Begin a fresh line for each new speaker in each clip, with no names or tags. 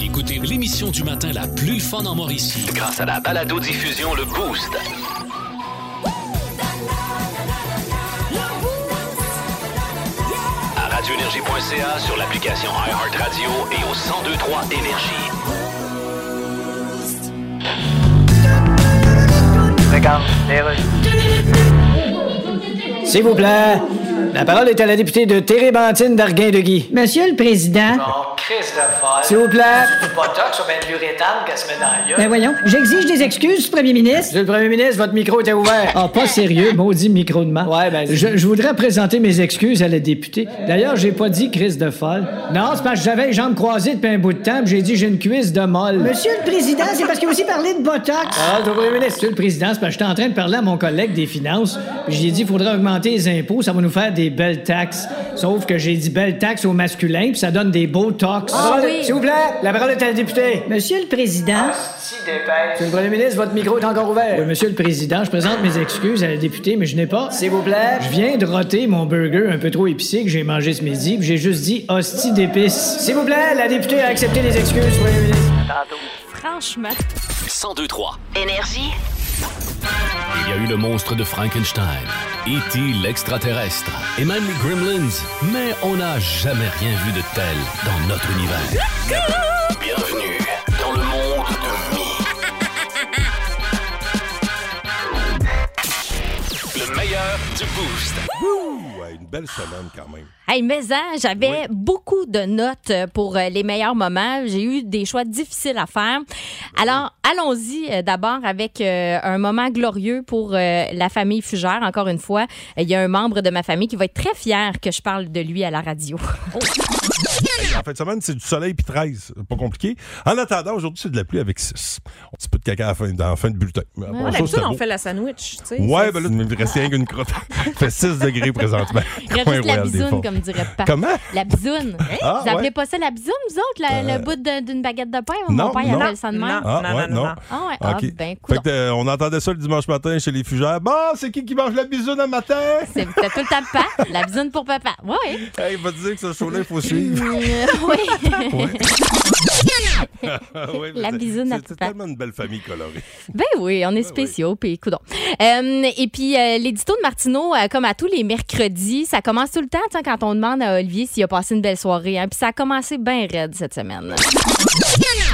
Écoutez l'émission du matin la plus fun en Mauricie.
Grâce à la balado-diffusion Le Boost. À radioénergie.ca, sur l'application iHeartRadio et au 1023 Énergie.
S'il vous plaît, la parole est à la députée de Térébentine d'Arguin-de-Guy.
Monsieur le Président.
Bon, crise Oh, de folle.
S'il vous plaît. Eh,
C'est pas tox, ou bien de l'urétane qu'elle se met dans la gueule.
Ben voyons, j'exige des excuses, Premier ministre.
Monsieur le premier ministre, votre micro était ouvert.
Ah, pas sérieux, maudit micro de marde.
Ouais, ben, c'est-
je, je voudrais présenter mes excuses à la députée. D'ailleurs, j'ai pas dit crise de folle.
Non, c'est parce que j'avais les jambes croisées depuis un bout de temps, puis j'ai dit j'ai une cuisse de molle.
Monsieur le Président, c'est parce que vous aussi parlé de Botox.
Ah, le premier ministre. Monsieur le président, c'est parce que j'étais en train de parler à mon collègue des finances, puis j'ai dit faudrait augmenter les impôts, ça va nous faire des belles taxes. Sauf que j'ai dit belles taxes au masculin, puis ça donne des beaux tox.
Ah, oui.
S'il vous plaît, la parole est à la députée.
Monsieur le Président.
Si dépêche.
Monsieur le Premier ministre, votre micro est encore ouvert. monsieur le Président, je présente mes excuses à la députée, mais je n'ai pas. S'il vous plaît. Je viens de roter mon burger un peu trop épicé que j'ai mangé ce midi, puis j'ai juste dit hostie d'épices. S'il vous plaît, la députée a accepté les excuses, Premier ministre.
Franchement.
1023.
Énergie.
Il y a eu le monstre de Frankenstein, E.T. l'extraterrestre et même les Gremlins, mais on n'a jamais rien vu de tel dans notre univers.
Bienvenue dans le monde de Mi. Le meilleur du Boost.
Ouais, une belle semaine quand même.
Hey, mais hein, j'avais beaucoup de notes euh, pour euh, les meilleurs moments. J'ai eu des choix difficiles à faire. Alors, allons-y euh, d'abord avec euh, un moment glorieux pour euh, la famille Fugère. Encore une fois, euh, il y a un membre de ma famille qui va être très fier que je parle de lui à la radio.
En fin de semaine, c'est du soleil puis 13. C'est Pas compliqué. En attendant, aujourd'hui, c'est de la pluie avec 6. Un petit peu de caca à la fin, en fin de bulletin. Mais à part ça,
D'habitude,
c'était
on
beau.
fait la sandwich, tu sais.
Ouais,
c'est-
ben là, tu me restes rien qu'une crotte. Il fait 6 degrés présentement.
Il reste
Coin
juste la
royal des
bisoune,
fonds.
comme dirait pas.
Comment?
La bisoune.
Ah,
vous appelez
ouais. Euh,
pas ça la bisoune, vous autres, la- le bout de- d'une baguette de pain?
Non,
Mon père, il
non.
appelle ça de même.
Ah,
Non,
ouais,
non, non, non.
Ah ouais, ah,
OK.
ben,
Fait
coudonc.
que, euh, on entendait ça le dimanche matin chez les Fugères. Bon, c'est qui qui mange la bisoune un matin?
C'est c'était tout le temps papa. La bisoune pour papa. Oui, oui.
Hey, va te dire que ce show-là, il faut suivre.
Euh, oui.
Ah, Ouais,
La
c'est-
bisoune à
c'est- C'est
papa.
tellement une belle famille colorée.
Ben oui, on est spéciaux, puis coudon. Euh, et puis, euh, l'édito de Martineau, euh, comme à tous les mercredis, ça commence tout le temps tu sais, quand on demande à Olivier s'il a passé une belle soirée. hein, puis ça a commencé bien raide cette semaine.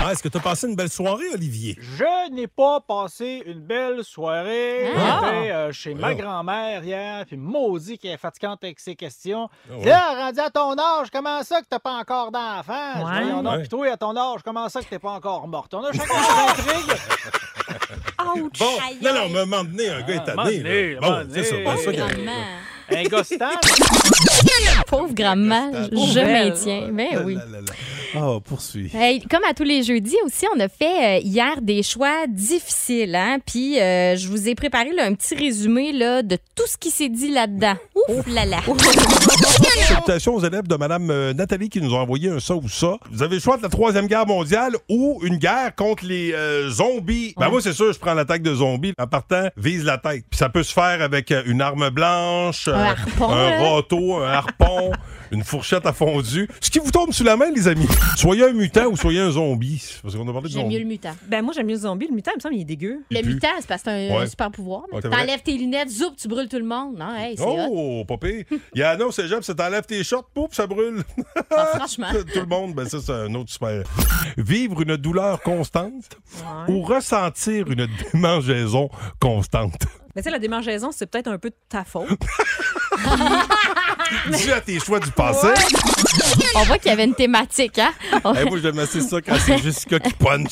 Ah, Est-ce que tu as passé une belle soirée, Olivier?
Je n'ai pas passé une belle soirée.
Ah.
J'étais euh, chez ma
Voyons.
grand-mère hier, puis maudit qu'elle est fatigante avec ses questions.
Ah ouais.
Là, rendu à ton âge, comment ça que t'as pas encore d'enfant?
Ouais.
Voyons donc,
Ouais.
puis toi, à ton âge, comment ça que t'es pas encore morte? On a chacun nos intrigues.
Ouch!
Bon, non, non, mais à un moment donné, un gars est
moment
tanné.
donné,
là.
à un moment
Bon, c'est ça.
donné.
bon, c'est ça qu'il y a-
Un gars stable.
Pauvre grand-mère,
Pauvre
je
belle.
maintiens. Ben
La,
oui.
la, la, la. Ah, poursuis.
Hey, comme à tous les jeudis aussi, on a fait euh, hier des choix difficiles. Hein? Puis euh, je vous ai préparé là, un petit résumé là, de tout ce qui s'est dit là-dedans. Ouf là là!
Salutations aux élèves de Mme euh, Nathalie qui nous ont envoyé un ça ou ça. Vous avez le choix de la Troisième Guerre mondiale ou une guerre contre les euh, zombies. Ben moi, c'est sûr, je prends l'attaque de zombies. En partant, vise la tête. Puis ça peut se faire avec euh, une arme blanche, euh,
Un harpon,
un
là.
râteau, un harpon, une fourchette à fondu. Ce qui vous tombe sous la main, les amis. Soyez un mutant ou soyez un zombie. Parce qu'on a parlé de
J'aime mieux le
zombies.
mutant.
Ben moi, j'aime mieux le zombie. Le mutant, il me semble, il est dégueu.
Le
Il pue.
mutant, c'est parce que c'est un
Ouais.
super pouvoir. mais
Ouais, c'est vrai.
T'enlèves tes lunettes, zoup, tu brûles tout le monde. Non, hey, c'est hot.
Oh, pas pire. Il y en a au cégep, ça t'enlève tes shorts, pouf, ça brûle.
Ah, franchement.
Tout tout le monde, ben ça, c'est un autre super. Vivre une douleur constante ou ressentir une démangeaison constante.
Mais tu sais, la démangeaison, c'est peut-être un peu de ta faute.
Dû à tes choix du passé.
On voit qu'il y avait une thématique, hein? On-
Eh, moi, je me c'est ça quand c'est Jessica qui punch.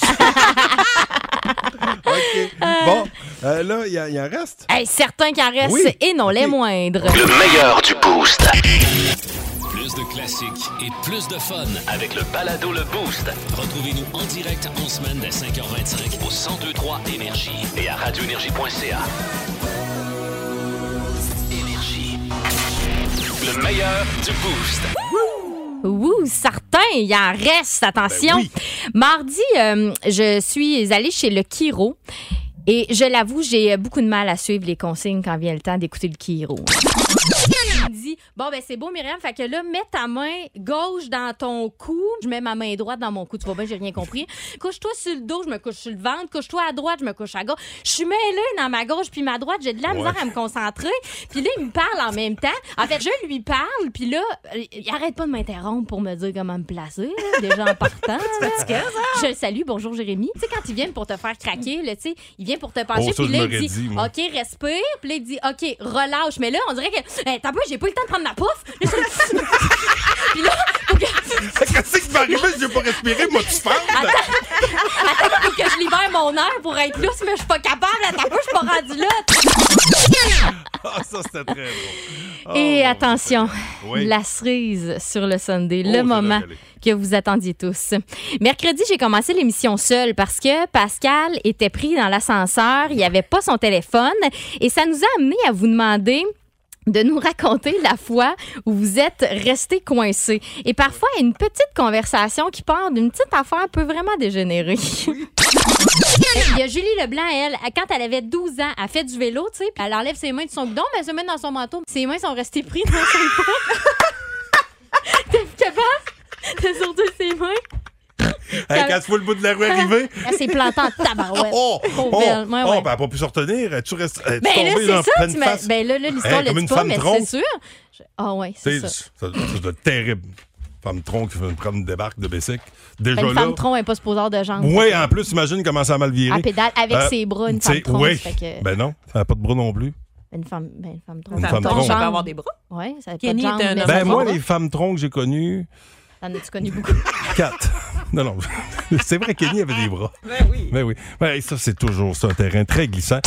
OK. Bon, euh, là, il y a- il en reste.
Hey, certains qui en restent
Oui.
et non les
Ok.
moindres.
Le meilleur du Boost.
Plus Plus de classiques et plus de fun.
Avec le balado Le Boost.
Retrouvez-nous en direct en semaine dès 5h25 au 1023 Énergie.
Et à radioénergie.ca. Énergie. Le meilleur du Boost.
Ouh, certain, il en reste,
Ben
attention. Mardi, euh, je suis allée chez le Kiro et je l'avoue, j'ai beaucoup de mal à suivre les consignes quand vient le temps d'écouter le Kiro. Il me dit Bon, ben c'est beau, Myriam, fait que là, mets ta main gauche dans ton cou. Je mets ma main droite dans mon cou. Tu vois bien, j'ai rien compris. Couche-toi sur le dos, je me couche sur le ventre. Couche-toi à droite, je me couche à gauche. Je suis mêlée dans ma gauche puis ma droite. J'ai de la
Ouais.
misère à me concentrer. Puis là, il me parle en même temps. En fait, je lui parle, puis là, il arrête pas de m'interrompre pour me dire comment me placer, là, déjà en partant. là. Je le salue, bonjour Jérémy. Tu sais, quand il vient pour te faire craquer, là, tu sais, il vient pour te pencher,
Oh, ça,
puis
je
là, il
l'aurais
dit,
dit, moi.
OK, respire. Puis là, il dit, OK, relâche. Mais là, on dirait que, hey, t'as pas, j'ai pas eu le temps de prendre ma pouf. Là, je- Puis là, faut que,
Qu'est-ce qui va arriver si j'ai pas respiré, moi, tu fentes?
attends, faut que je libère mon air pour être plus, mais je suis pas capable. Attends, je suis pas rendue là.
Ah, ça, c'était très drôle. Ah,
Et attention,
Oui.
la cerise sur le Sunday,
Oh,
le
ça doit
moment
y aller.
que vous attendiez tous. Mercredi, j'ai commencé l'émission seule parce que Pascal était pris dans l'ascenseur, il n'avait pas son téléphone et ça nous a amené à vous demander de nous raconter la fois où vous êtes resté coincé. Et parfois, une petite conversation qui part d'une petite affaire peut vraiment dégénérer. Il y a Julie Leblanc, elle, quand elle avait 12 ans, elle fait du vélo, tu sais, puis elle enlève ses mains de son guidon, mais elle se met dans son manteau. Ses mains sont restées prises dans son pot. T'es capable de sortir ses mains?
Hey, quand tu vois le bout de la rue arriver.
Elle s'est plantée Ah, en tabarouette.
Oh, oh,
Pauvre elle. Ouais,
oh,
ouais.
ben, elle a pas pu se retenir. Tu restes tombée
Ben là,
dans
c'est ça,
pleine
tu m'as.
face.
Ben là, là, l'histoire le
Hey, comme
dit
une
pas,
femme
mais
tronc.
c'est sûr. Je- Ah ouais, c'est ça.
C'est ça, ça doit être terrible. Femme tronc qui fait une prendre débarque de Bessic. Déjà
Ben, une
là.
femme tronc, elle n'est pas supposée avoir de jambes.
Oui, en plus, imagine comment ça a mal viré.
Elle pédale avec
Euh,
ses bras, une
t'sais,
femme tronc.
oui.
Fait que-
Ben non, elle n'a pas de bras non plus.
Une femme, ben, une femme tronc.
Une femme tronc.
On peut
Jambes.
avoir des bras.
Ouais, ça a pas de
Kenny
jambes.
est un
mais
homme.
ça
Ben
va.
moi, les femmes troncs que j'ai connues,
T'en as-tu connu beaucoup?
quatre. Non, non. c'est vrai, Kenny avait des bras. Ben oui. Ben oui. Ben, ça, c'est toujours ça, un terrain très glissant.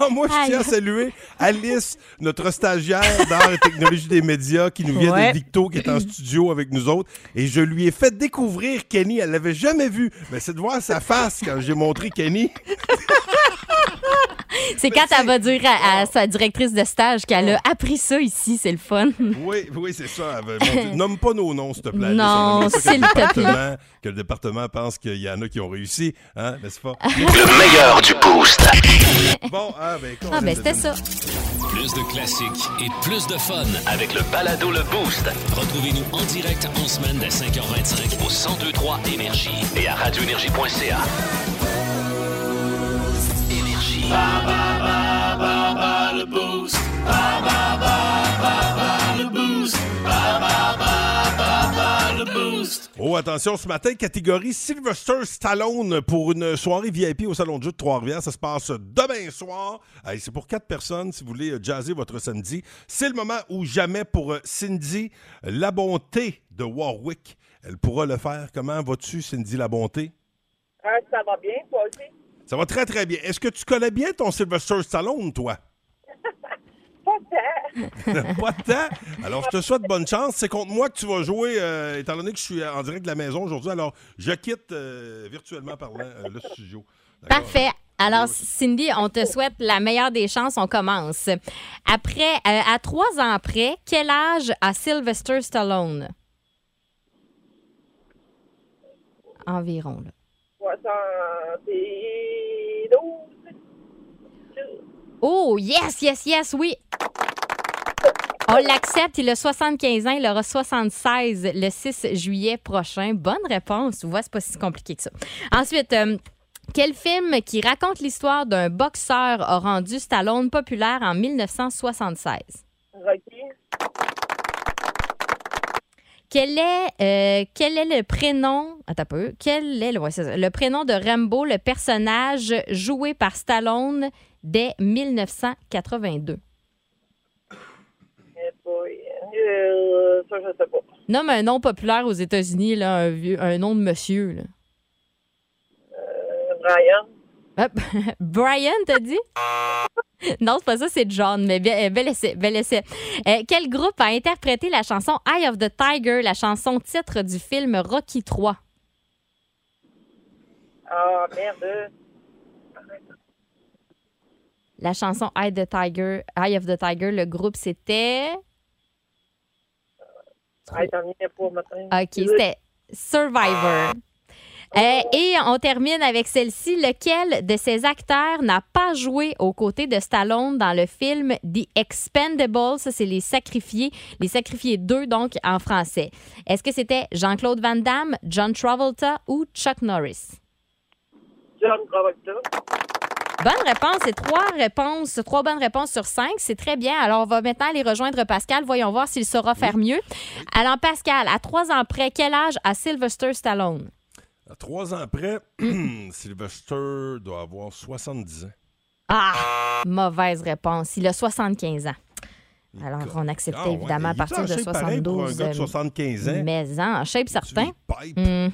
Ah, moi, je tiens à
Aïe.
saluer Alice, notre stagiaire dans la technologie des médias qui nous vient
Ouais.
de Victo, qui est en studio avec nous autres. Et je lui ai fait découvrir Kenny. Elle l'avait jamais vu. Mais c'est de voir sa face quand j'ai montré Kenny.
C'est quand elle va dire à,
Oh.
à sa directrice de stage qu'elle a appris ça ici, c'est le fun.
Oui, oui, c'est ça. Elle veut- mon Dieu, Nomme pas nos noms, s'il te plaît. Alice.
Non,
On aimerait ça que
s'il te plaît.
département- Que le département pense qu'il y en a qui ont réussi, hein, n'est-ce pas?
Le meilleur du Boost.
Bon, ah, ben, écoute,
Ah ben
c'est
c'était
une-
ça.
Plus de classiques et plus de fun.
Avec le balado Le Boost.
Retrouvez-nous en direct en semaine dès 5h25
Au 1023 Énergie. Et à radioénergie.ca. Énergie.
Oh, attention, ce matin, catégorie Sylvester Stallone pour une soirée VIP au Salon de jeu de Trois-Rivières. Ça se passe demain soir. Hey, c'est pour quatre personnes si vous voulez euh, jazzer votre samedi. C'est le moment ou jamais pour euh, Cindy La Bonté de Warwick. Elle pourra le faire. Comment vas-tu, Cindy La Bonté?
ça va bien, toi aussi?
Ça va très, très bien. Est-ce que tu connais bien ton Sylvester Stallone, toi?
Pas tant.
Pas de temps. Alors, je te souhaite bonne chance. C'est contre moi que tu vas jouer, euh, étant donné que je suis euh, en direct de la maison aujourd'hui. Alors, je quitte euh, virtuellement parlant euh, le studio. D'accord?
Parfait. Alors, Cindy, on te souhaite la meilleure des chances. On commence. Après, euh, à trois ans après, quel âge a Sylvester Stallone? Environ, là.
72.
Oh, yes, yes, yes, oui. On l'accepte. Il a 75 ans. Il aura 76 le 6 juillet prochain. Bonne réponse. Tu vois, c'est pas si compliqué que ça. Ensuite, euh, quel film qui raconte l'histoire d'un boxeur a rendu Stallone populaire en 1976?
Rocky.
Quel est, euh, quel est le prénom... Attends un peu. Quel est le, ouais, c'est ça. le prénom de Rambo, le personnage joué par Stallone dès 1982?
Eh boy. Euh, ça, je sais pas.
Nomme un nom populaire aux États-Unis, là, un, vieux, un nom de monsieur. là.
Euh, Brian.
Hop. Brian t'a dit? Non, c'est pas ça, c'est John, mais bien- euh, bel essai, bel essai. Euh, quel groupe a interprété la chanson Eye of the Tiger, la chanson titre du film Rocky 3?
Ah, merde.
La chanson Eye, the Tiger, Eye of the Tiger, le groupe c'était.
Ah, t'en viens pas, matin.
OK, c'était Survivor. Euh,
Oh!
et on termine avec celle-ci. Lequel de ces acteurs n'a pas joué aux côtés de Stallone dans le film The Expendables? Ça, c'est Les Sacrifiés. Les Sacrifiés 2, donc, en français. Est-ce que c'était Jean-Claude Van Damme, John Travolta ou Chuck Norris?
John Travolta.
Bonne réponse. C'est trois réponses, trois bonnes réponses sur cinq. C'est très bien. Alors, on va maintenant aller rejoindre Pascal. Voyons voir s'il saura faire mieux. Alors, Pascal, à trois ans près, quel âge a Sylvester Stallone?
À trois ans près, Sylvester doit avoir 70 ans.
Ah, mauvaise réponse. Il a 75 ans. Alors, on acceptait
Ah ouais,
évidemment à
il est
partir
en
de
shape pareil pour
72.
un gars de
euh,
75 ans.
Mais en shape certain. Mhm.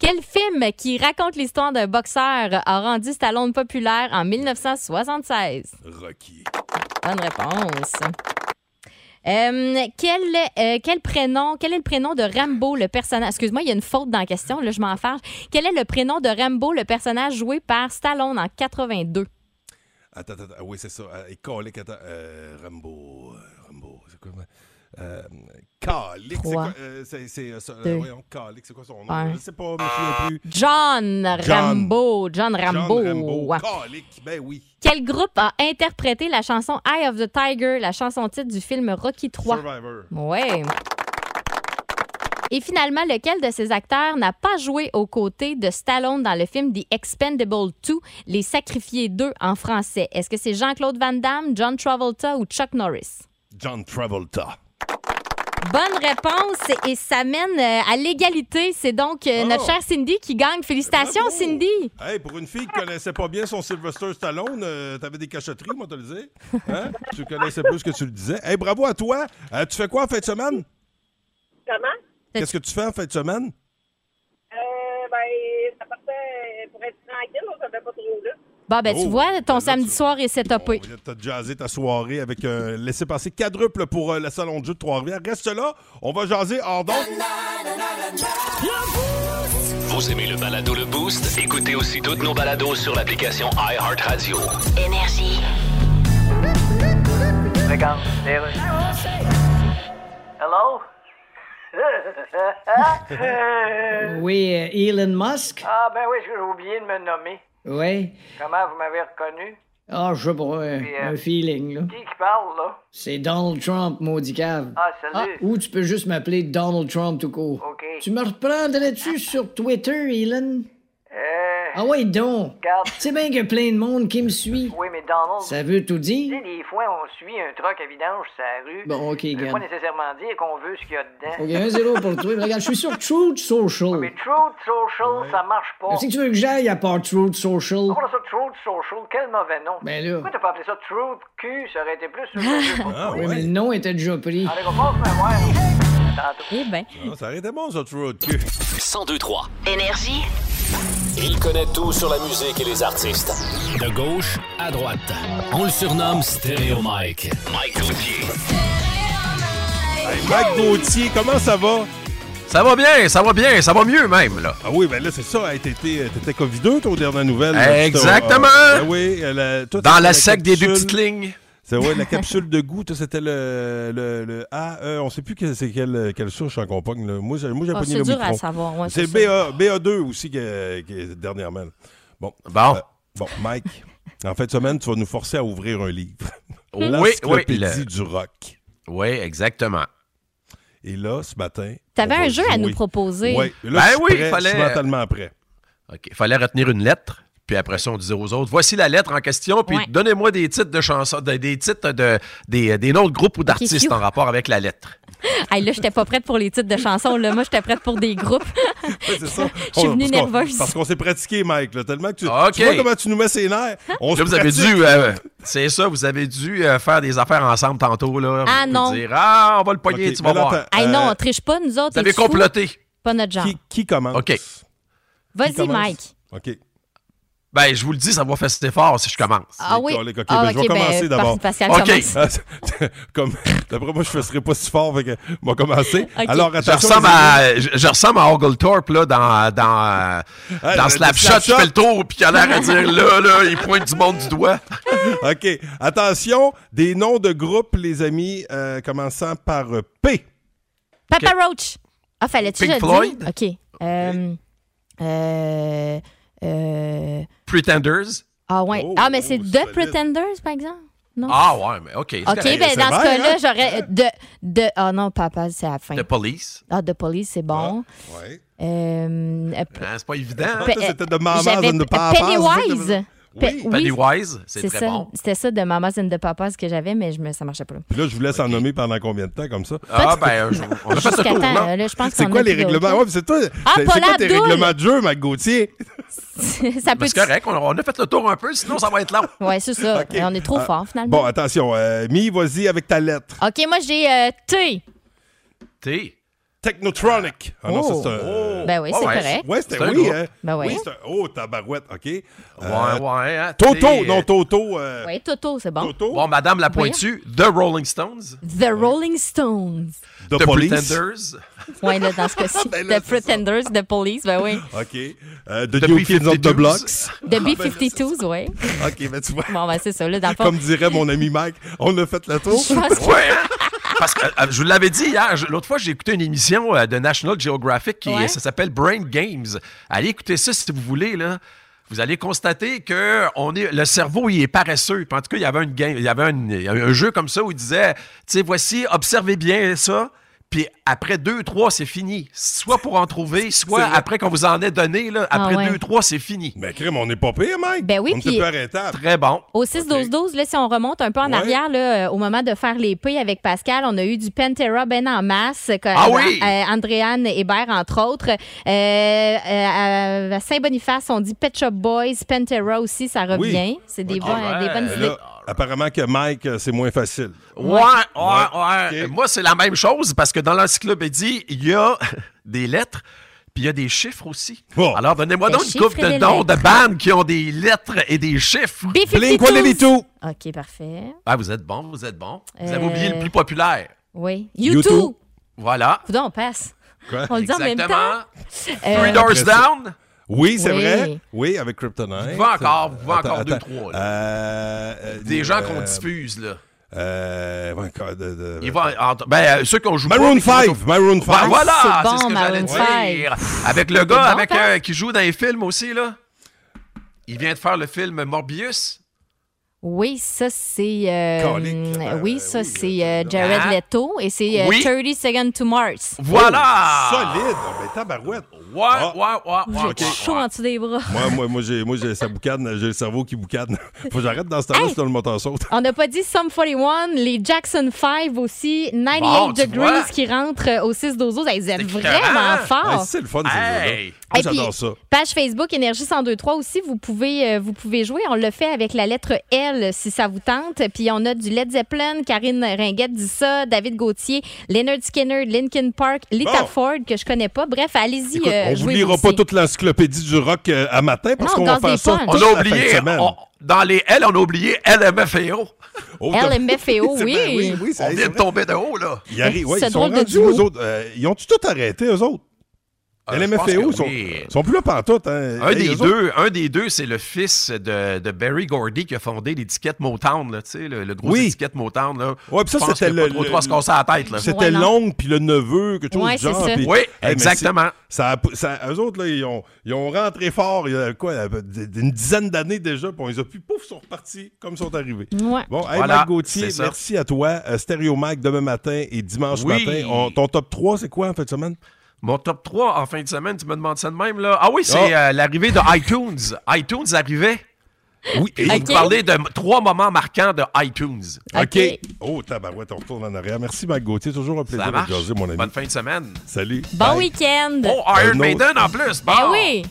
Quel film qui raconte l'histoire d'un boxeur a rendu Stallone populaire en 1976?
Rocky.
Bonne réponse. Euh, quel, euh, quel prénom, quel est le prénom de Rambo, le personnage... Excuse-moi, il y a une faute dans la question, là, je m'en fâche. Quel est le prénom de Rambo, le personnage joué par Stallone en 82?
Attends, attends, attends, oui, c'est ça. Euh, et colique, attends. euh, Rambo. euh, Rambo, c'est quoi? Euh, Calic, c'est
Trois,
quoi? euh, c'est, c'est, euh, ça, euh,
deux,
voyons, Calic, c'est quoi son nom?
un.
Je ne sais pas, je me souviens plus.
John, Rambo. John Rambo.
John Rambo.
Ouais.
Calic, ben oui.
Quel groupe a interprété la chanson Eye of the Tiger, la chanson titre du film Rocky 3?
Survivor.
Ouais. Et finalement, lequel de ces acteurs n'a pas joué aux côtés de Stallone dans le film The Expendable 2, Les Sacrifiés 2 en français? Est-ce que c'est Jean-Claude Van Damme, John Travolta ou Chuck Norris?
John Travolta.
Bonne réponse et ça mène euh, à l'égalité. C'est donc euh,
Oh.
notre chère Cindy qui gagne. Félicitations, Cindy!
Hey, pour une fille qui connaissait pas bien son Sylvester Stallone, euh, t'avais des cachotteries, moi, te le dire. Hein? tu connaissais plus que tu le disais. Hey, bravo à toi. Euh, tu fais quoi en fin de semaine?
Comment?
Qu'est-ce que tu fais en fin de semaine?
Euh, ben, ça partait pour être tranquille, on savait pas trop là.
Bon, ben,
Oh,
tu vois, ton samedi soir est setupé.
T'as jazzé ta soirée avec un laissez-passer quadruple pour euh, le salon de jeu de Trois-Rivières. Reste là, on va jaser hors d'onde.
Vous aimez le balado Le Boost? Écoutez aussi toutes nos balados sur l'application iHeartRadio.
Énergie.
Regarde, les rues. Hello? Euh,
Oui, euh, Elon Musk?
ah, ben oui, j'ai oublié de me nommer.
Oui.
Comment vous m'avez reconnu?
Ah, je sais pas, euh,
euh,
un feeling, là.
Qui qui parle, là?
C'est Donald Trump, maudit cave.
Ah, salut.
ou tu peux juste m'appeler Donald Trump tout court.
Ah.
OK.
Tu me reprendrais-tu sur Twitter, Elon?
Euh,
Ah ouais, donc.
Regarde.
C'est bien que plein de monde qui me suit.
oui, mais Donald...
Ça veut tout
Tu
dire?
sais, des fois, on suit un truck à vidange sur la rue.
Bon, OK,
Ça veut
garde.
pas nécessairement dire qu'on veut ce qu'il y a dedans. Ah,
OK, 1-0 pour toi. Mais Regarde, je suis sur Truth Social.
Mais Truth Social, ça marche pas.
Mais si tu veux que j'aille à part Truth Social?
Pourquoi on appelle ça Truth Social? Quel mauvais nom.
Ben là.
Pourquoi t'as pas appelé ça Truth Q? Ça aurait été plus... Ah,
oui, mais le nom était déjà pris.
Allez, on passe, mais ouais. Tantôt.
Eh ben.
Ah, ça aurait été bon, ça, True Road Q.
102-3.
Énergie.
Il connaît tout sur la musique et les artistes.
De gauche à droite. On le surnomme Stéréo Mike.
Mike Gauthier.
Hey, Mike Gauthier, comment ça va?
Ça va bien, ça va bien, ça va mieux même, là.
Ah oui, ben là, c'est ça. Hey, T'étais t'étais COVID-2, toi, aux dernières nouvelles. là, tu t'as-
Exactement.
ah, ben oui, euh, la- toi,
Dans
t'étais
la sec des deux
capsule.
petites lignes.
C'est ouais, la capsule de goût, toi, c'était le, le, le A, E, on sait plus que- c'est quelle, quelle souche en compagne. là. Moi, j'ai moi, j'ai
Ah,
pogné
c'est
le
dur à
micron.
savoir, ouais,
c'est
c'est
BA, BA2 aussi que, que dernièrement. là. Bon. Euh,
Bon.
bon, Mike, en fin de semaine, tu vas nous forcer à ouvrir un livre.
Oui, oui,
L'encyclopédie
le-
du rock.
Oui, exactement.
Et là, ce matin...
T'avais
on va
un jeu à
jouer.
nous proposer.
Ouais, là,
Ben
je suis
oui,
prêt,
fallait-
je suis mentalement prêt.
OK, il fallait retenir une lettre, puis après ça, on disait aux autres, voici la lettre en question, puis
Ouais.
donnez-moi des titres de chansons, de- des titres de, des, des noms de groupes ou d'artistes
cute.
en rapport avec la lettre.
Hey, là, j'étais pas prête pour les titres de chansons. Là. Moi, j'étais prête pour des groupes.
Ouais, c'est ça.
Je suis venue
parce qu'on-
nerveuse.
Parce qu'on s'est pratiqué, Mike, là, tellement que tu,
Ah, OK.
tu vois comment tu nous mets ses nerfs.
Hein?
On
Là,
se
vous avez
pratique.
dû, euh, c'est ça, vous avez dû euh, faire des affaires ensemble tantôt, là.
Ah,
Vous
non.
Dire, ah, on va le poigner,
OK,
tu vas
mais là,
voir.
attends,
Hey, non,
euh,
on triche pas, nous autres.
Vous avez
es-tu fou?
comploté.
Pas notre genre.
Qui, qui commence?
OK.
Qui
Vas-y,
commence?
Mike.
OK.
Ben, je vous le dis, ça va faire cet effort si je commence.
Ah oui.
Colique, ok,
Ah,
ben, je vais
ok, ben,
commencer d'abord.
Pas- Pascal, commence.
OK. Ah, Comme, d'après moi, je ne serai pas si fort, fait que moi, commencer. Alors,
je
attention.
ressemble,
les amis.
à, je, je ressemble à Oglethorpe là, dans, dans, euh,
Hey,
dans
le-
Slapshot. Je
Slapshot.
fais le tour, puis il a l'air à dire là, là, il pointe du monde du doigt.
OK. Attention, des noms de groupes, les amis, euh, commençant par euh, P.
Papa Roach. Ah, fallait-tu
Pink
que je le
Floyd?
dise? OK. Euh, euh, euh,
Pretenders.
ah, ouais. ah, mais c'est The Pretenders, par exemple? Non?
Ah ouais, mais OK. c'est
OK,
correct.
ben dans ce cas-là, j'aurais... euh, De, de, ah non, papa, c'est à la fin.
The Police.
Ah, The Police, c'est bon.
Ouais.
Euh, euh,
Hein, c'est pas évident.
Pe- euh, j'avais Pe- Pennywise. Pe- oui,
Pennywise, c'est très
ça.
bon.
C'était ça de Mamas and the Papas que j'avais, mais je me, ça marchait pas. là.
Puis là, je vous laisse en nommer pendant combien de temps comme ça?
Ah, ben, je- on a fait ce
Jusqu'à
tour,
temps,
non?
euh, là, je pense
C'est
qu'on
quoi
a
les
plus
règlements?
d'autres.
Ouais, c'est toi.
Ah,
c'est c'est
Paula
quoi tes
Abdul!
règlements de jeu, Mac Gauthier?
ça peut
Mais Ben, c'est correct, on a, on a fait le tour un peu, sinon ça va être long.
Ouais, c'est ça. Et On est trop
Ah,
fort, finalement.
Bon, attention. euh, Mi, vas-y avec ta lettre.
OK, moi, j'ai euh, T.
T.
Technotronic. Ah non,
Oh.
ça, c'est un. Ah
Ben oui, c'est correct.
Ouais, c'était
C'est un
oui,
groupe.
hein?
Ben oui.
c'est un. Oh, tabarouette, OK. Ouais,
ouais, hein,
Toto,
t'es-
non, Toto. euh,
Oui, Toto, c'est bon.
Bon, ben, Madame la pointue, The Rolling Stones,
The Rolling Stones.
The, Police.
Pretenders,
Ouais, là, dans ce cas-ci.
Ben
the Pretenders, The Police, ben oui.
OK. Euh, the, New Kids on the Blocks.
The B-52s, ouais.
OK, ben tu vois.
Bon, ben c'est ça, là, dans le fond.
Comme dirait mon ami Mike, on a fait le tour.
Je pense que-
Ouais, hein? Parce que euh, je vous l'avais dit hier, je- l'autre fois, j'ai écouté une émission euh, de National Geographic qui
Ouais.
ça s'appelle Brain Games. Allez écouter ça si vous voulez, là. Vous allez constater que on est, le cerveau, il est paresseux. Puis en tout cas, il y avait, une game, il y avait une- il y avait un jeu comme ça où il disait, tu sais, voici, observez bien ça. Puis après deux, trois, c'est fini. Soit pour en trouver, soit après qu'on vous en ait donné, là,
Ah
après
ouais.
deux, trois, c'est fini.
Mais Ben, crime, on n'est pas pire, Mike.
Ben oui,
on
puis-
peut arrêtable.
Très bon.
Au 6-12-12, là, si on remonte un peu en
Ouais.
arrière, là, euh, au moment de faire les P avec Pascal, on a eu du Pantera ben en masse, que-
Ah oui!
euh, Andréanne Hébert, entre autres. Euh, euh, à Saint-Boniface, on dit Pet Shop Boys, Pantera aussi, ça revient.
Oui.
C'est des,
Ok.
bonnes- des bonnes
Euh,
idées.
là, apparemment que Mike, euh, c'est moins facile.
Ouais, ouais, ouais. Moi, c'est la même chose parce que dans l'encyclopédie, il y a des lettres puis il y a des chiffres aussi. Alors, donnez-moi
Des
donc une
chiffres
couple
et des
de noms de
lettres.
bandes qui ont des lettres et des chiffres.
B-52s.
tout.
OK, parfait.
Ah, vous êtes bon, vous êtes bon. Vous avez
Euh,
oublié le plus populaire.
Oui.
U2.
YouTube.
Voilà.
Coudon, on passe. On le dit en même
Exactement.
temps.
Three
Euh,
Doors Down.
Oui, c'est
Oui.
vrai. Oui, avec Kryptonite.
Vous pouvez encore, vous pouvez
Attends,
encore deux,
attends.
trois. là.
Euh, euh,
Des gens qu'on
euh,
diffuse, là.
Euh, ouais, encore de- de-
Il va en- ben, euh, ceux qu'on joue pas,
Maroon
mais qui Ben,
5, Maroon 5.
Ouais, Ah, voilà,
ah, c'est
c'est
bon,
ce que j'allais
Maroon five.
dire. Avec le
C'est
gars
bon,
avec,
Pat.
euh, qui joue dans les films aussi, là. Il vient de faire le film Morbius.
Oui, ça c'est. euh,
Colique.
euh, oui, ça c'est euh, Jared
Ah.
Leto et c'est euh,
Oui.
30 Seconds to Mars.
Voilà!
Solide! Ben, tabarouette! Ah.
Ouais, ouais, ouais,
J'ai
ouais. ok.
chaud en dessous des bras.
Moi, moi, moi, j'ai, moi, j'ai, ça boucane, j'ai le cerveau qui boucane. Faut que j'arrête dans ce temps-là, sinon le moteur saute.
On n'a pas dit Sum 41, les Jackson 5 aussi, 98
Bon, tu vois.
Degrees qui rentrent euh, au 6 12 Ils êtes vraiment
Ah!
forts.
Hey, c'est le fun, ces
Hey!
jeux-là. Moi,
Et puis,
j'adore ça.
Page Facebook Énergie 1023 aussi, vous pouvez, euh, vous pouvez jouer. On le fait avec la lettre L si ça vous tente. Puis on a du Led Zeppelin, Karine Ringuette dit ça, David Gauthier, Leonard Skinner, Linkin Park, Lita
Bon.
Ford que je connais pas. Bref, allez-y.
Écoute,
euh,
on vous
jouez-vous
lira pas
aussi.
toute l'encyclopédie du rock euh, à matin parce
Non,
qu'on va
dans des
faire ça.
punchs.
On
toute
a
la fin de
oublié, Oh,
semaine.
on- dans les L, on a oublié LMFAO.
Oh, t'as-
LMFAO,
C'est
oui.
bien,
c'est-
on vient de tomber de haut, là.
Ils arrivent, ouais,
Ce
ils sont
drôle de
rendus
duo.
aux autres. Euh, ils ont-tu tout arrêté, eux autres? Euh,
Ah, je pense
LMFAO,
que
ils sont,
oui.
sont plus là pantoute. Hein.
Un,
Hey,
des
eux autres-
deux, un des deux, c'est le fils de, de Barry Gordy qui a fondé l'étiquette Motown, là, tu sais, le, le gros
Oui.
étiquette Motown. Là.
Ouais, puis
Je
ça,
pense
c'était
qu'il y a
le.
pas trop
le-
trois à se casser la tête, là.
C'était l'oncle, puis le neveu, quelque chose
Ouais,
du genre.
c'est ça.
puis-
Oui,
mais
exactement.
c'est- Ça, a- ça, eux autres, là, ils ont, ils ont rentré fort, il y a quoi, euh, d- une dizaine d'années déjà, puis on les a pu, pouf, ils sont repartis comme ils sont arrivés.
Ouais.
Bon, hey,
Voilà,
Mike Gauthier,
c'est ça.
merci à toi. Euh, Stéréo Mike demain matin et dimanche
Oui.
matin. On- ton top 3, c'est quoi en fin de semaine?
Mon top 3 en fin de semaine, tu me demandes ça de même, là. Ah oui, c'est
Oh.
euh, l'arrivée de iTunes. iTunes arrivait.
Oui,
et
Ok.
vous parlez de m- trois moments marquants de iTunes.
OK. Oh, tabarouette, on retourne en arrière. Merci, Mike Gauthier. Toujours un plaisir de
marche.
jaser, mon ami. Ben,
Bonne fin de semaine.
Salut.
Bon
Bye.
week-end.
Oh, Iron
Un autre.
Maiden en plus. Bon.
ah.
Ben oui.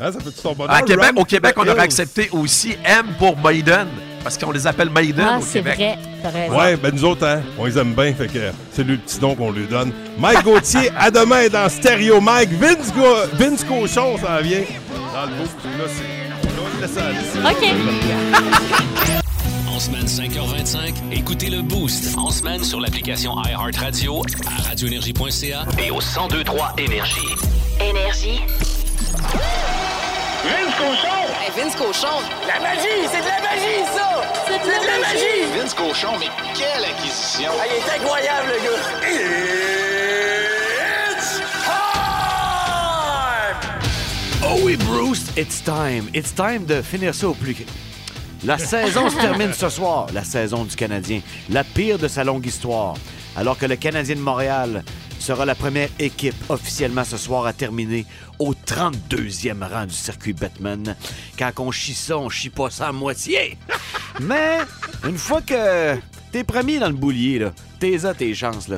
Hein, ça fait tout ton bonheur.
À
oh.
Québec,
Run
au Québec,
to
on
the
aurait
hills.
accepté aussi M pour Maiden parce qu'on les appelle Maiden
Ah,
au
c'est
Québec.
vrai. T'as raison.
Ouais, ben nous autres, hein, on les aime bien, fait que c'est le petit don qu'on lui donne. Mike Gauthier, à demain dans Stéréo Mike. Vince, Go- Vince Cochon s'en vient dans le beau. Là, c'est...
OK.
En semaine 5h25, écoutez le Boost. En semaine sur l'application iHeartRadio, à radioénergie.ca et au 1023 Énergie.
Énergie.
Vince Cochon! Vince Cochon! La magie! C'est de la magie, ça! C'est de, la magie! Vince Cochon, mais quelle acquisition! Ah, il est incroyable, le gars! It's time!
Oh oui, Bruce, it's time. It's time de finir ça au plus... La saison se termine ce soir, la saison du Canadien, la pire de sa longue histoire, alors que le Canadien de Montréal sera la première équipe officiellement ce soir à terminer au 32e rang du circuit Batman. Quand on chie ça, on chie pas ça à moitié. Mais une fois que t'es premier dans le boulier, là, t'es à tes chances, là,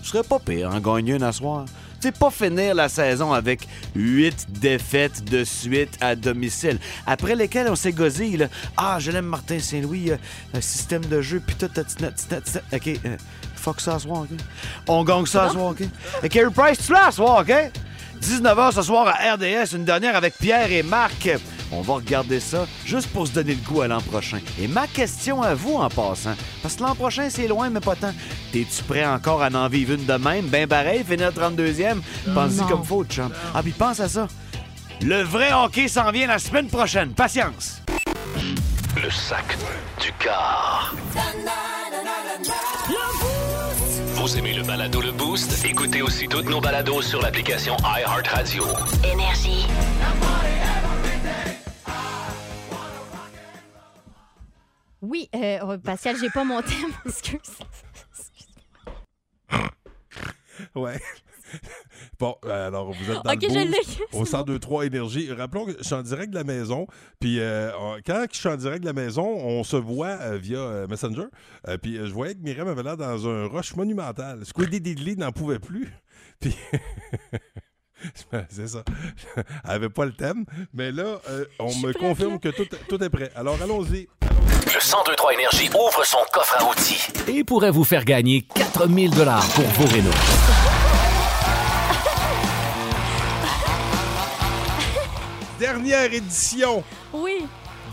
ce serait pas pire en gagner une à soir. C'est pas finir la saison avec huit défaites de suite à domicile, après lesquelles on s'est gosé, là. Ah, je l'aime Martin Saint-Louis, euh, euh, système de jeu, puis tout, tatina, tatina, tatina. OK, euh, fuck ça à soir, OK? On gagne ça à soir, OK? Et Carey Price, tu l'as à soir, OK? 19h ce soir à RDS, une dernière avec Pierre et Marc. On va regarder ça juste pour se donner le goût à l'an prochain. Et ma question à vous en passant, parce que l'an prochain, c'est loin, mais pas tant. T'es-tu prêt encore à en vivre une de même? Ben pareil, finir 32e? Pense-y
Non.
comme faut, chum. Ah, puis pense à ça. Le vrai hockey s'en vient la semaine prochaine. Patience!
Le sac du car. Vous aimez le balado Le Boost? Écoutez aussi toutes nos balados sur l'application iHeartRadio.
Énergie.
Oui, euh, oh, Pascal, j'ai pas mon thème, excuse.
Ouais. Bon, euh, alors vous êtes dans
Ok,
le
je
boost,
l'ai, c'est
au 1023 Énergie. Rappelons que je suis en direct de la maison, puis euh, on- quand je suis en direct de la maison, on se voit euh, via euh, Messenger, Euh, puis euh, je voyais que Myriam avait l'air dans un rush monumental. Squiddy Diddly n'en pouvait plus, puis... C'est ça. Elle avait pas le thème, mais là, euh, on me confirme que tout, tout est prêt. Alors, allons-y.
Le 1023 Énergie ouvre son coffre à outils.
Et pourrait vous faire gagner 4000 dollars pour vos rénaux.
Dernière édition
Oui.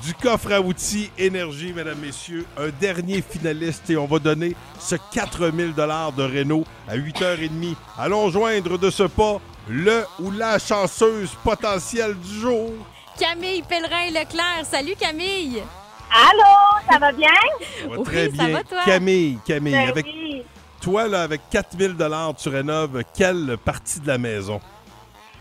du coffre à outils énergie, mesdames, messieurs. Un dernier finaliste et on va donner ce 4000 de Renault à 8h30. Allons joindre de ce pas le ou la chanceuse potentielle du jour.
Camille Pellerin-Leclerc, salut Camille!
Allô, ça va bien?
Ça va
Oui,
très
ça
bien.
va toi?
Camille, Camille,
Ben
avec
oui.
toi, là, avec 4000 tu rénoves quelle partie de la maison?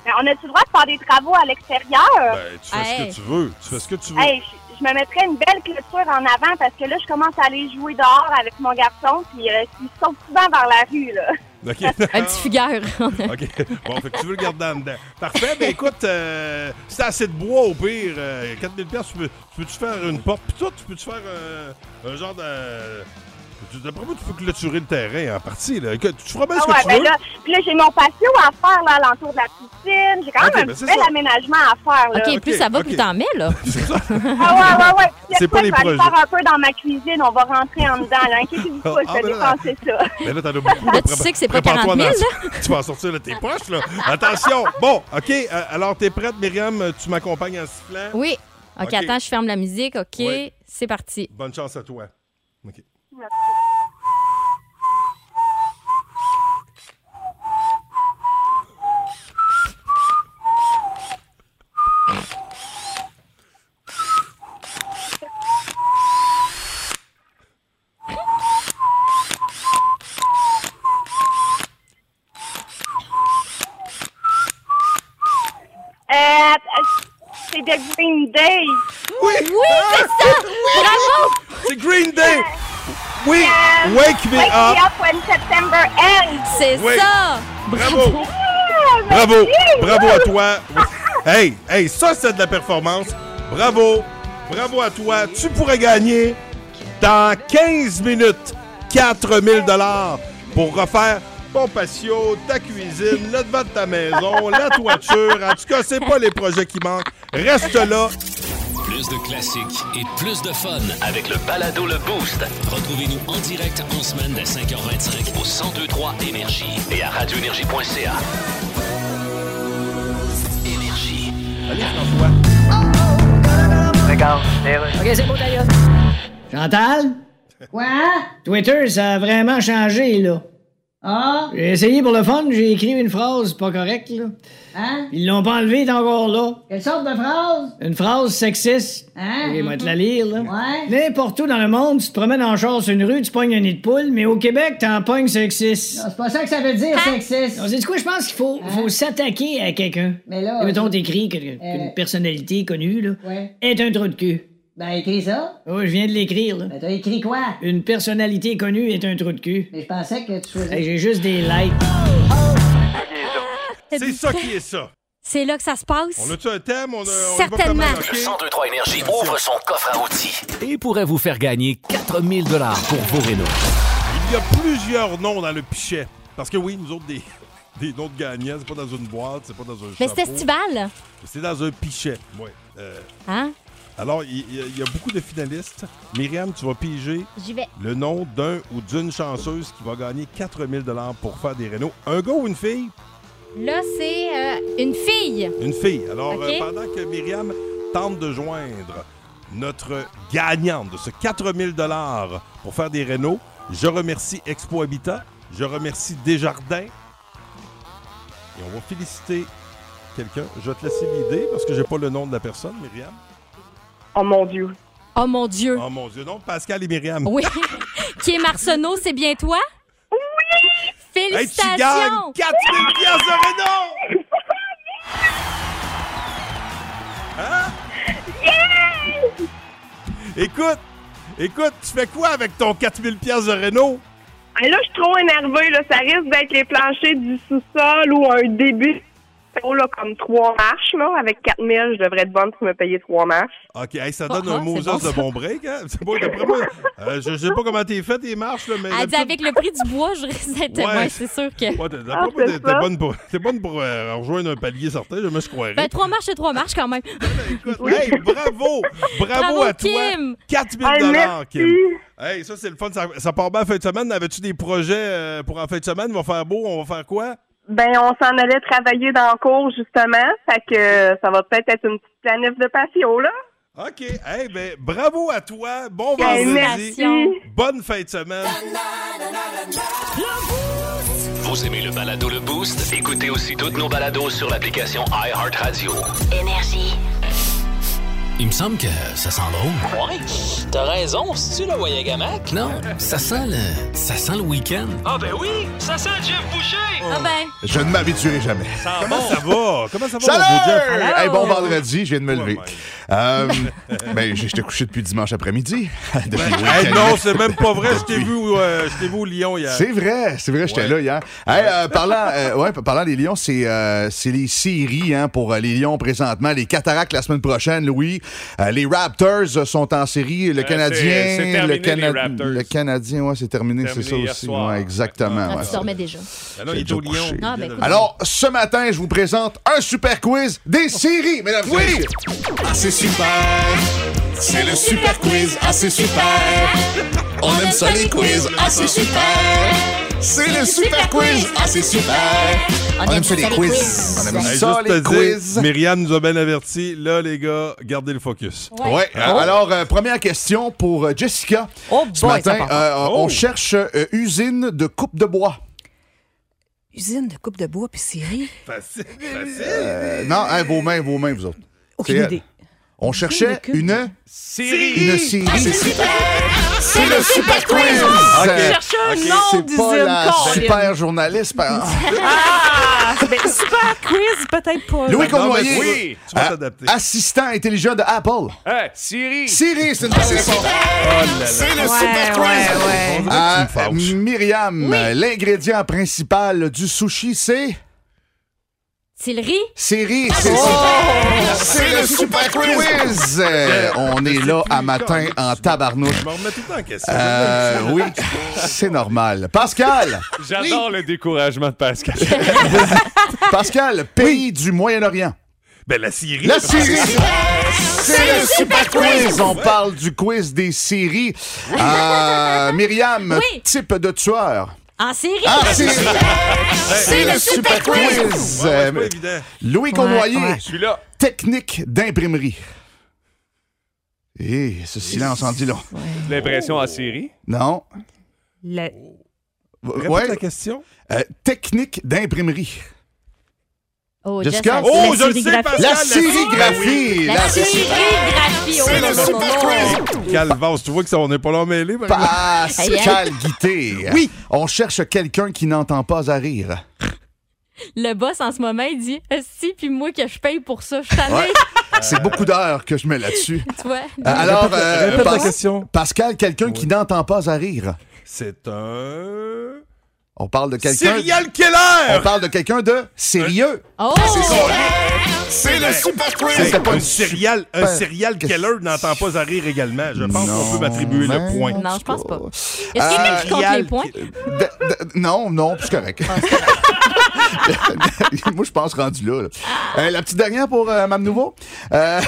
Ben, on a-tu le droit de faire des travaux à l'extérieur?
Ben, tu fais ce que tu veux. Tu fais ce que tu veux.
Hey, je, je me mettrais une belle clôture en avant parce que là, je commence à aller jouer dehors avec mon garçon, puis euh, il saute souvent vers la rue, là.
OK.
Un petit fugueur.
OK. Bon, fait que tu veux le garder en dedans. Parfait. Ben écoute, euh, si t'as assez de bois au pire, euh, 4000 pièces, tu peux- tu peux-tu faire une porte pis tout? Tu peux-tu faire euh, un genre de... tu- D'après moi, tu peux clôturer le terrain en partie. Là. Que- Tu feras bien ce
Ah ouais,
que tu
ben
veux.
là, puis là, j'ai mon patio à faire, là, alentour de la piscine. J'ai quand même
Ok,
un
ben,
petit
c'est
bel
ça.
aménagement à faire, là.
OK, plus ça va, plus t'en mets, là.
Ah ouais, ouais, ouais. Puis,
C'est pas
je
les
vais aller
projets.
faire un peu dans ma cuisine. On va rentrer en dedans, là. Inquiétez-vous pas,
Ah,
je vais
ben là,
dépenser ça.
Mais là, t'en as beaucoup.
Là, tu
Prépa-
sais que c'est pas
prépare-toi
40 000,
dans- Tu vas en sortir de tes poches, là. Attention! Bon, OK. euh, alors, t'es prête, Myriam? Tu m'accompagnes en sifflant?
Oui. OK,
OK.
attends, je ferme la musique. OK,
Ouais.
c'est parti.
Bonne chance à toi. OK.
Euh, c'est de Green Day.
Oui! Ah!
Oui, c'est ça! Bravo!
C'est Green Day! Oui! Wake me
Wake
up!
me up when September ends!
C'est
Oui. ça! Bravo! Ah, Bravo! Bravo à toi! Hey, hey, ça c'est de la performance! Bravo! Bravo à toi! Tu pourrais gagner dans 15 minutes 4000 dollars pour refaire ton patio, ta cuisine, le devant de ta maison, la toiture. En tout cas, c'est pas les projets qui manquent. Reste là.
Plus de classiques et plus de fun avec le balado Le Boost. Retrouvez-nous en direct en semaine dès 5h25 au 1023 Énergie et à radioénergie.ca. Énergie.
Allez, François.
Non, c'est russe.
OK, c'est beau, ta gueule. Chantal?
Quoi?
Twitter, ça a vraiment changé, là.
Ah?
J'ai essayé pour le fun, j'ai écrit une phrase pas correcte, là.
Hein?
Ils l'ont pas enlevée, elle est encore là.
Quelle sorte de phrase?
Une phrase sexiste.
Hein?
Il va te la lire, là.
Ouais.
N'importe où dans le monde, tu te promènes en char sur une rue, tu pognes un nid de poule, mais au Québec, t'en pognes sexiste.
Non, c'est pas ça que ça veut dire,
Hein?
sexiste. Hein?
Non, c'est du quoi, je pense qu'il faut, faut s'attaquer à quelqu'un.
Mais là.
Et mettons, t'écris que- qu'une
Euh.
personnalité connue, là,
Ouais.
est un trou de cul.
Ben, écris ça.
Oui, Ah je viens de l'écrire, là.
Ben, t'as écrit quoi?
Une personnalité connue est un trou de cul.
Mais je pensais que tu
Hey,
faisais.
J'ai juste des likes.
C'est ça qui est ça.
C'est là que ça se passe.
On a-tu un thème? On a, on y va
Certainement.
comment, ok?
Le 1023 Énergie ouvre son coffre à outils.
Et pourrait vous faire gagner 4000 dollars pour vos rénaux.
Il y a plusieurs noms dans le pichet. Parce que oui, nous autres, des, des noms de gagnants, c'est pas dans une boîte, c'est pas dans un
Mais
chapeau.
c'est estival.
C'est dans un pichet. Ouais. Euh,
Hein?
alors, il il y, a- il y a beaucoup de finalistes. Myriam, tu vas piger
J'y vais.
le nom d'un ou d'une chanceuse qui va gagner 4000 dollars pour faire des rénaux. Un gars ou une fille?
Là, c'est euh, une fille.
Une fille. Alors,
Ok.
euh, pendant que Myriam tente de joindre notre gagnante de ce 4000 dollars pour faire des rénaux, je remercie Expo Habitat, je remercie Desjardins et on va féliciter quelqu'un. Je vais te laisser l'idée parce que j'ai pas le nom de la personne, Myriam.
Oh mon Dieu.
Oh mon Dieu.
Oh mon Dieu, non, Pascal et Myriam.
Oui. Qui est Marceneau, c'est bien toi? Oui!
Hey, tu
Félicitations!
gagnes 4000 piastres de rénaux! Hein? Écoute, écoute, tu fais quoi avec ton 4000 pièces de Renault?
Ah, là, je suis trop énervée. Là. Ça risque d'être les planchers du sous-sol ou un début. Oh, là, comme trois marches, là. Avec 4000, je devrais être bonne pour me payer trois marches.
OK, hey, ça
Oh,
donne
ah,
un
c'est
Moses
bon,
de
ça.
bon break. Hein? C'est bon, d'après moi, euh, je sais pas comment t'es fait tes marches, là, mais...
Elle dit, avec le prix du bois, je risque d'être.
Ouais.
Ouais, c'est sûr que.
Ouais, t'es- d'après moi,
Ah,
t'es- t'es bonne pour, t'es bonne pour euh, rejoindre un palier certain, jamais je croirais.
Ben, trois marches et trois marches quand même.
Écoute, hey, bravo! Bravo,
Bravo,
à toi!
Kim!
4000
Ah,
Hey,
dollars, Kim!
merci.
Hey, ça, c'est le fun. Ça, ça part bien en fin de semaine. Avais-tu des projets euh, pour en fin de semaine? Il va faire beau, on va faire quoi?
Ben, on s'en allait travailler dans le cours, justement. Fait que euh, ça va peut-être être une petite planif de patio, là.
OK. Hey, ben, bravo à toi. Bon
Hey,
vendredi.
merci.
Bonne fin de semaine.
Vous aimez le balado Le Boost? Écoutez aussi toutes nos balados sur l'application iHeartRadio.
Énergie.
Il me semble que ça sent drôle.
Ouais, t'as raison, c'est-tu le Wayagamac?
Non, ça sent le, ça sent le week-end.
Ah ben oui, ça sent Jeff Boucher!
Ah ben.
Je ne m'habituerai jamais.
Comment ça va? Comment ça va,
Salut!
mon beau Jeff?
Hey, bon vendredi, je viens de me lever. Euh, ben, j'étais couché depuis dimanche après-midi. Depuis le
Hey,
week-end.
non, c'est même pas vrai. Je t'ai vu, au, euh, je t'ai vu au Lyon hier.
C'est vrai, c'est vrai, j'étais là hier. Hey, euh, parlant, euh, ouais, parlant des Lions, c'est euh, c'est les séries hein, pour euh, les Lions présentement. Les Cataractes la semaine prochaine, Louis. Euh, les Raptors euh, sont en série.
Euh,
Le Canadien,
c'est- c'est terminé,
le, Cana-
les Raptors.
le Canadien, ouais, c'est terminé, c'est
Terminé
ça
hier
aussi.
soir.
Ouais, exactement.
Ah,
ouais.
tu dormais déjà.
Ben non, il est
déjà
au Lyon.
couché.
Ah, ben, écoute.
Alors, ce matin, je vous présente un super quiz des séries, mesdames et messieurs. Ah,
c'est super. C'est le super quiz. Ah, c'est super. On aime ça les quiz. Ah, c'est super. C'est le super quiz. Ah, c'est super. On aime ça les quiz.
On aime
Hey,
ça,
juste
les
te dire,
quiz.
Myriam nous a bien averti. Là, les gars, gardez le focus. Ah,
Ouais. euh, Alors, euh, première question pour euh, Jessica. ce
boy,
matin,
oh, ça part.
euh,
Oh.
on cherche euh, usine de coupe de bois.
Usine de coupe de bois puis série.
Facile,
Euh, non, hein, vos mains, vos mains, vous autres.
Aucune
C'est euh, elle.
idée.
On cherchait
de coupe.
une
Série.
Une série.
Ah, c'est super.
C'est le super quiz.
Euh,
On cherchait un
ok,
nom
Oh,
C'est pas
d'usine,
la
Colin.
super journaliste. par-
Ah! Ben, super quiz, peut-être pas.
Louis
Non,
Cournoyer,
mais-
oui.
Tu vas
euh,
t'adapter.
assistant intelligent de Apple.
Hey, Siri.
Siri, c'est une bonne réponse.
C'est le
Ouais,
super quiz.
Euh, Myriam, euh, l'ingrédient principal du sushi, c'est...
C'est le riz?
Série, c'est
C'est le super quiz.
quiz. Euh, on est là à matin en tabarnouche.
Je me remets tout le temps en question.
Euh, oui, c'est normal. Pascal,
J'adore le découragement de Pascal.
Pascal, pays du Moyen-Orient.
Ben, la Syrie.
La Syrie.
C'est le super quiz.
On parle du quiz des séries. Euh, Myriam,
Oui.
type de tueur.
En série?
Ah, c'est- C'est le super quiz. Euh, Louis Connoyer,
Je suis là.
technique d'imprimerie. Et Eh, ce silence en dit long.
L'impression en série.
Non.
Le-
Oui.
Répète la question.
Euh, technique d'imprimerie.
Oh,
Jessica?
Jess, la-
Oh, je le sais,
sérigraphie.
Pascal, La la sérigraphie.
La
La
sérigraphie.
C'est
Oh, non,
le
non,
super
non.
Calvance, tu vois que ça, on n'est pas là mêlé. par exemple.
Pascal Guité.
Oui.
On cherche quelqu'un qui n'entend pas à rire.
Le boss, en ce moment, il dit Si, puis moi que je paye pour ça, je t'en
Ouais. C'est beaucoup d'heures que je mets là-dessus.
Tu vois?
Euh, Alors, euh,
Ah, répète la
Pas-
question.
Pascal, quelqu'un qui n'entend pas à rire.
C'est un.
On parle de quelqu'un.
Serial killer!
On parle de quelqu'un de sérieux.
Oh!
C'est ça. C'est le super quiz.
C'était pas
un
une
serial, un
super-
serial killer n'entend pas à rire également. Je pense
Non,
qu'on peut m'attribuer
ben,
le point.
Non, je pense pas. Est-ce qu'il y
Euh,
a quelqu'un qui compte les
Rial-
points?
De- de- non, non, c'est correct. Moi, je pense rendu là. là. Euh, la petite dernière pour euh, Mme Nouveau. Euh,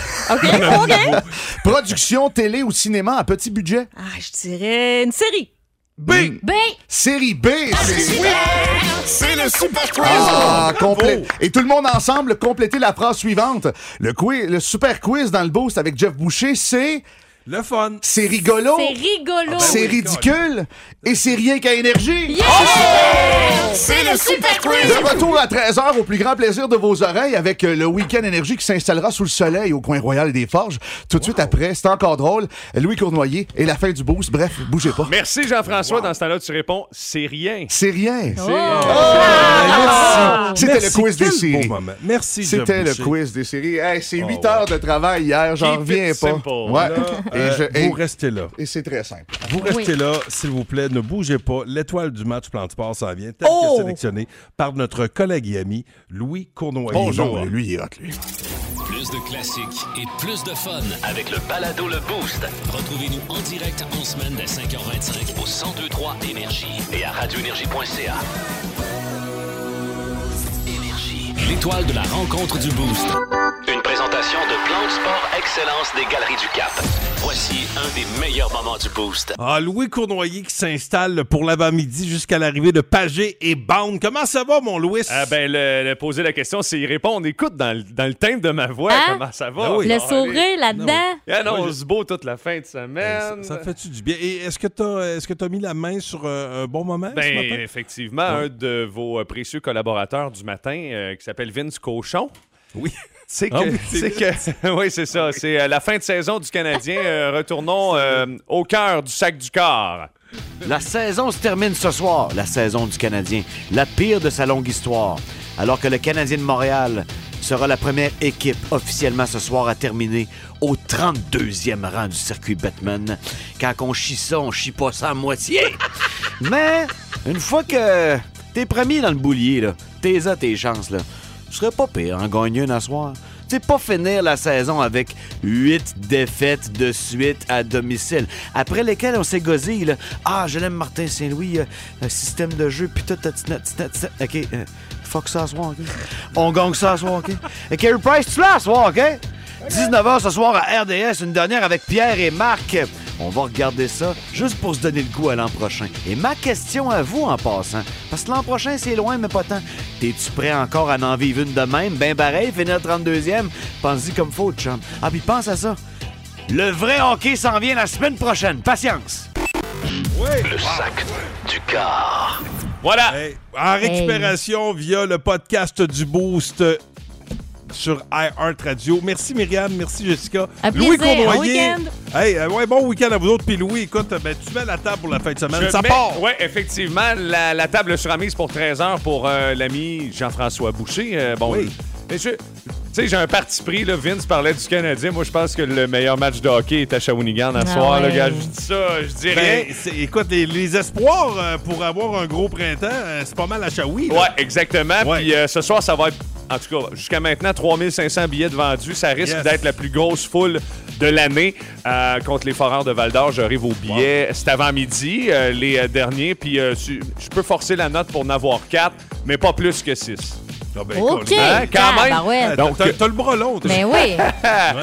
Production télé ou cinéma à petit budget.
Ah, je dirais une série.
B.
B.
Série B. c'est-
C'est le super quiz.
Ah, complet. Et tout le monde ensemble, complétez la phrase suivante. Le, quiz, le super quiz dans le boost avec Jeff Boucher, c'est...
Le fun.
C'est rigolo.
C'est rigolo.
Oh. Ah, C'est ridicule. Et c'est rien qu'à énergie.
Yeah!
Oh!
C'est le super quiz.
De retour à 13h au plus grand plaisir de vos oreilles avec euh, le week-end énergie qui s'installera sous le soleil au coin royal des Forges. Tout de suite après, c'est encore drôle. Louis Cournoyer et la fin du boost. Bref, bougez pas.
Merci Jean-François. Dans ce temps-là, tu réponds c'est rien.
C'est rien.
Oh!
C'est-
Oh! Ah, C'était
Merci,
le quiz des
quel
séries.
beau moment. Merci, Jeff
C'était le
Boucher.
quiz des séries. Hey, c'est
Oh,
8 heures de travail hier, j'en
Keep it
reviens pas.
simple.
Ouais.
Là,
Et,
Euh,
je- et-
vous restez là.
et c'est très simple.
Vous restez là, s'il vous plaît. Ne bougez pas. L'étoile du match Plan de Sport s'en vient, telle
Oh!
que sélectionnée par notre collègue et ami Louis Cournoyer.
Bonjour, lui, il
hein.
est hot, lui.
Plus de classiques et plus de fun avec le balado Le Boost. Retrouvez-nous en direct en semaine dès 5h25 au 1023 Énergie et à radioénergie.ca. Énergie. L'étoile de la rencontre du Boost. Une présentation de Plan de Sport Excellence des Galeries du Cap. Voici un des meilleurs moments du Boost.
Ah, Louis Cournoyer qui s'installe pour l'avant-midi jusqu'à l'arrivée de Pagé et Bound. Comment ça va, mon Louis?
Ah ben, le, le poser la question, c'est il répond. On écoute dans, le- dans le thème de ma voix
Hein?
comment ça va.
Ben oui.
Le
Alors, Ah allez.
sourire là-dedans.
Ah non,
Moi,
on
je-
se beau toute la fin de
Ben, Ça,
semaine.
ça fait-tu du bien? Et est-ce que t'as est-ce que t'as mis la main sur euh, un bon moment ce
Ben,
matin?
effectivement,
Ouais.
un de vos euh, précieux collaborateurs du matin euh, qui s'appelle Vince Cochon.
Oui.
C'est que.
Ah oui,
c'est
c'est
que- oui, c'est ça. C'est euh, la fin de saison du Canadien. Euh, retournons euh, au cœur du sac du corps.
La saison se termine ce soir, la saison du Canadien, la pire de sa longue histoire, alors que le Canadien de Montréal sera la première équipe officiellement ce soir à terminer au 32e rang du circuit Batman. Quand on chie ça, on chie pas ça à moitié. Mais une fois que t'es premier dans le boulier, là, t'es à tes chances, là, ce serait pas pire en gagner une à soir. Tu sais, pas finir la saison avec huit défaites de suite à domicile, après lesquelles on s'est gosé, là. Ah, je l'aime Martin Saint-Louis, euh, euh, système de jeu, puis tout, tatina, tatina, tatina. OK, euh, fuck ça à soir, OK? On gagne ça à soir, OK? Et Carey Price, tu l'as à soir, OK? 19h ce soir à RDS, une dernière avec Pierre et Marc. On va regarder ça juste pour se donner le goût à l'an prochain. Et ma question à vous en passant, parce que l'an prochain, c'est loin, mais pas tant. T'es-tu prêt encore à en vivre une de même? Ben pareil, finir 32e. Pense-y comme faut, chum. Ah, puis pense à ça. Le vrai hockey s'en vient la semaine prochaine. Patience!
Le sac du corps.
Voilà.
Hey, en récupération via le podcast du Boost euh, sur iHeart Radio. Merci Myriam, merci Jessica.
Un
Louis
plaisir, bon
Cournoyer.
week-end.
Hey, euh, ouais, bon week-end à vous autres. Puis Louis, écoute, ben, tu mets la table pour la fin de semaine.
Je
ça
mets-
part!
Oui, effectivement, la, la table sera mise pour 13 h pour euh, l'ami Jean-François Boucher. Euh, bon,
Oui.
mais je- Tu sais, j'ai un parti pris. Là, Vince parlait du Canadien. Moi, je pense que le meilleur match de hockey est à Shawinigan ce
Ah
soir. là,
ouais.
gars, je dis ça, je dis rien.
Ben, c'est- écoute, les, les espoirs euh, pour avoir un gros printemps, euh, c'est pas mal à Chaoui. là.
Ouais, Ah, exactement.
Ouais.
Puis euh, ce soir, ça va être, en tout cas, jusqu'à maintenant, 3500 billets de vendus. Ça risque
Yes.
d'être la plus grosse foule de l'année euh, contre les Foreurs de Val d'Or. J'arrive aux billets. C'est avant midi, euh, les euh, derniers. Puis euh, tu- je peux forcer la note pour en avoir 4, mais pas plus que 6.
Ah, ben,
OK.
écoute, hein,
Ah,
quand même.
ben ouais.
Donc, t'as, t'as le bras long. toi.
Mais oui.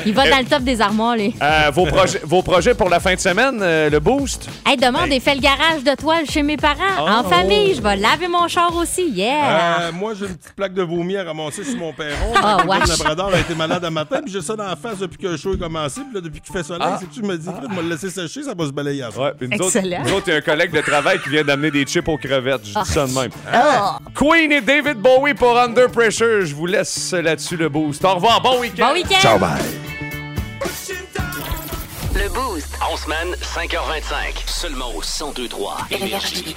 Il va dans le top des armoires, lui.
Euh, vos, projets, vos projets pour la fin de semaine, euh, le boost?
Hey, demande et fais le garage de toile chez mes parents, en famille. Je vais laver mon char aussi. Yeah.
Euh, moi, j'ai une petite plaque de vomi à ramasser sur mon perron.
Ah,
Mon
wesh.
labrador a été malade un matin, puis j'ai ça dans la face depuis que le show est commencé. Puis là, depuis qu'il fait soleil,
Ah.
c'est que tu me dis, écoute, me le laisser sécher, ça va se balayer après.
Ouais, puis nous autres,
Excellent.
nous autres, il y a un collègue de travail qui vient d'amener des chips aux crevettes. Je dis
Ah.
ça de même.
Ah.
Queen et David Bowie pour Under Pressure. Je vous laisse là-dessus le boost. Au revoir. Bon week-end.
Bon week-end.
Ciao, bye.
Le Boost. En semaine, 5h25. Seulement au 102.3 Énergie.